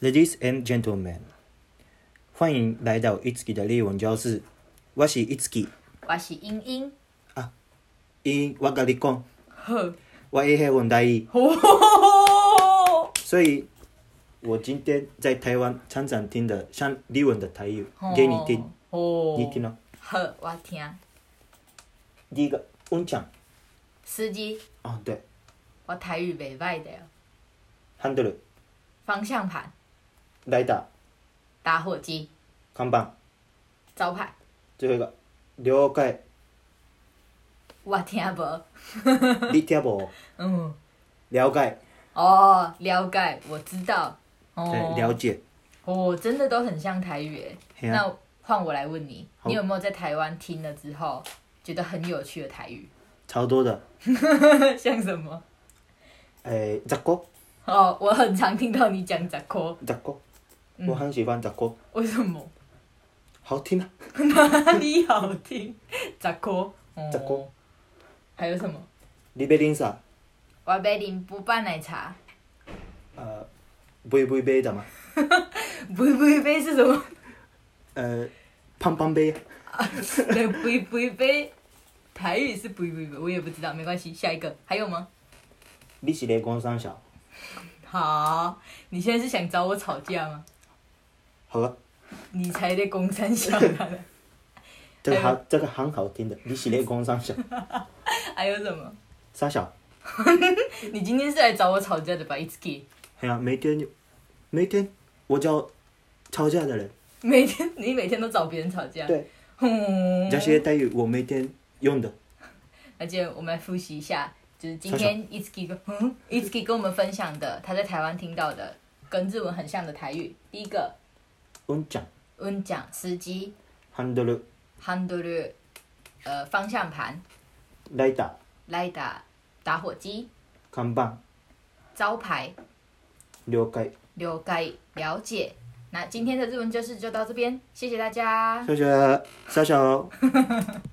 Ladies and gentlemen，欢迎来到 Itsuki 的日文教室。我是 Itsuki，我是英英，因我甲你讲，呵，我会日文台语，哦，所以我今天在台湾常常听的像日文的台语给你听，，哦，你听，哦。呵，我听，第一个温强，司机，哦对，我台语袂歹的，哦 handle 方向盘，来打打火机，看板，招牌，最后一个了 解，我听无，你听无？嗯，了解，哦，了解，我知道，对，哦，了解。哦，真的都很像台语耶，嘿啊那换我来问你，好你有没有在台湾听了之后觉得很有趣的台 语？超多的，像什么？诶、欸，十个，哦，我很常听到你讲杂科，十个，嗯我很喜欢十个，为什么？好听啊。哪里好听？杂科，十个，还有什么？你要啉啥？我要啉不拌奶茶。呃，杯杯杯的嘛，不不杯是什么？呃，胖胖杯，对，不不杯，台语是不不杯，我也不知道，没关系。下一个还有吗？你是咧讲啥小？好，你现在是想找我吵架吗？好啊，你才在公山啊小 呢。这个哎呦好，这个很好听的。你是咧讲啥小？还有什么？啥小？你今天是来找我吵架的吧？Itsuki，哎呀、每天，每天我叫吵架的人，每天你每天都找别人吵架。对，嗯这些待遇我每天用的。而且我们来复习一下，就是今天 Itsuki 跟嗯 Itsuki 跟我们分享的，他在台湾听到的跟日文很像的台语。第一个，温讲温讲司机 handle handle，呃，方向盘 lighter lidar，打火机，看板招牌，了解，了解，了解。那今天的日文教室就到这边，谢谢大家。小小傻小。